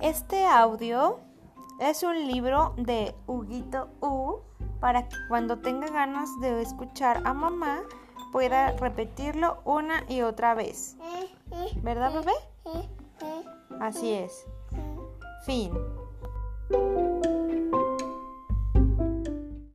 Este audio es un libro de Huguito U para que cuando tenga ganas de escuchar a mamá pueda repetirlo una y otra vez. ¿Verdad, bebé? Así es. Fin.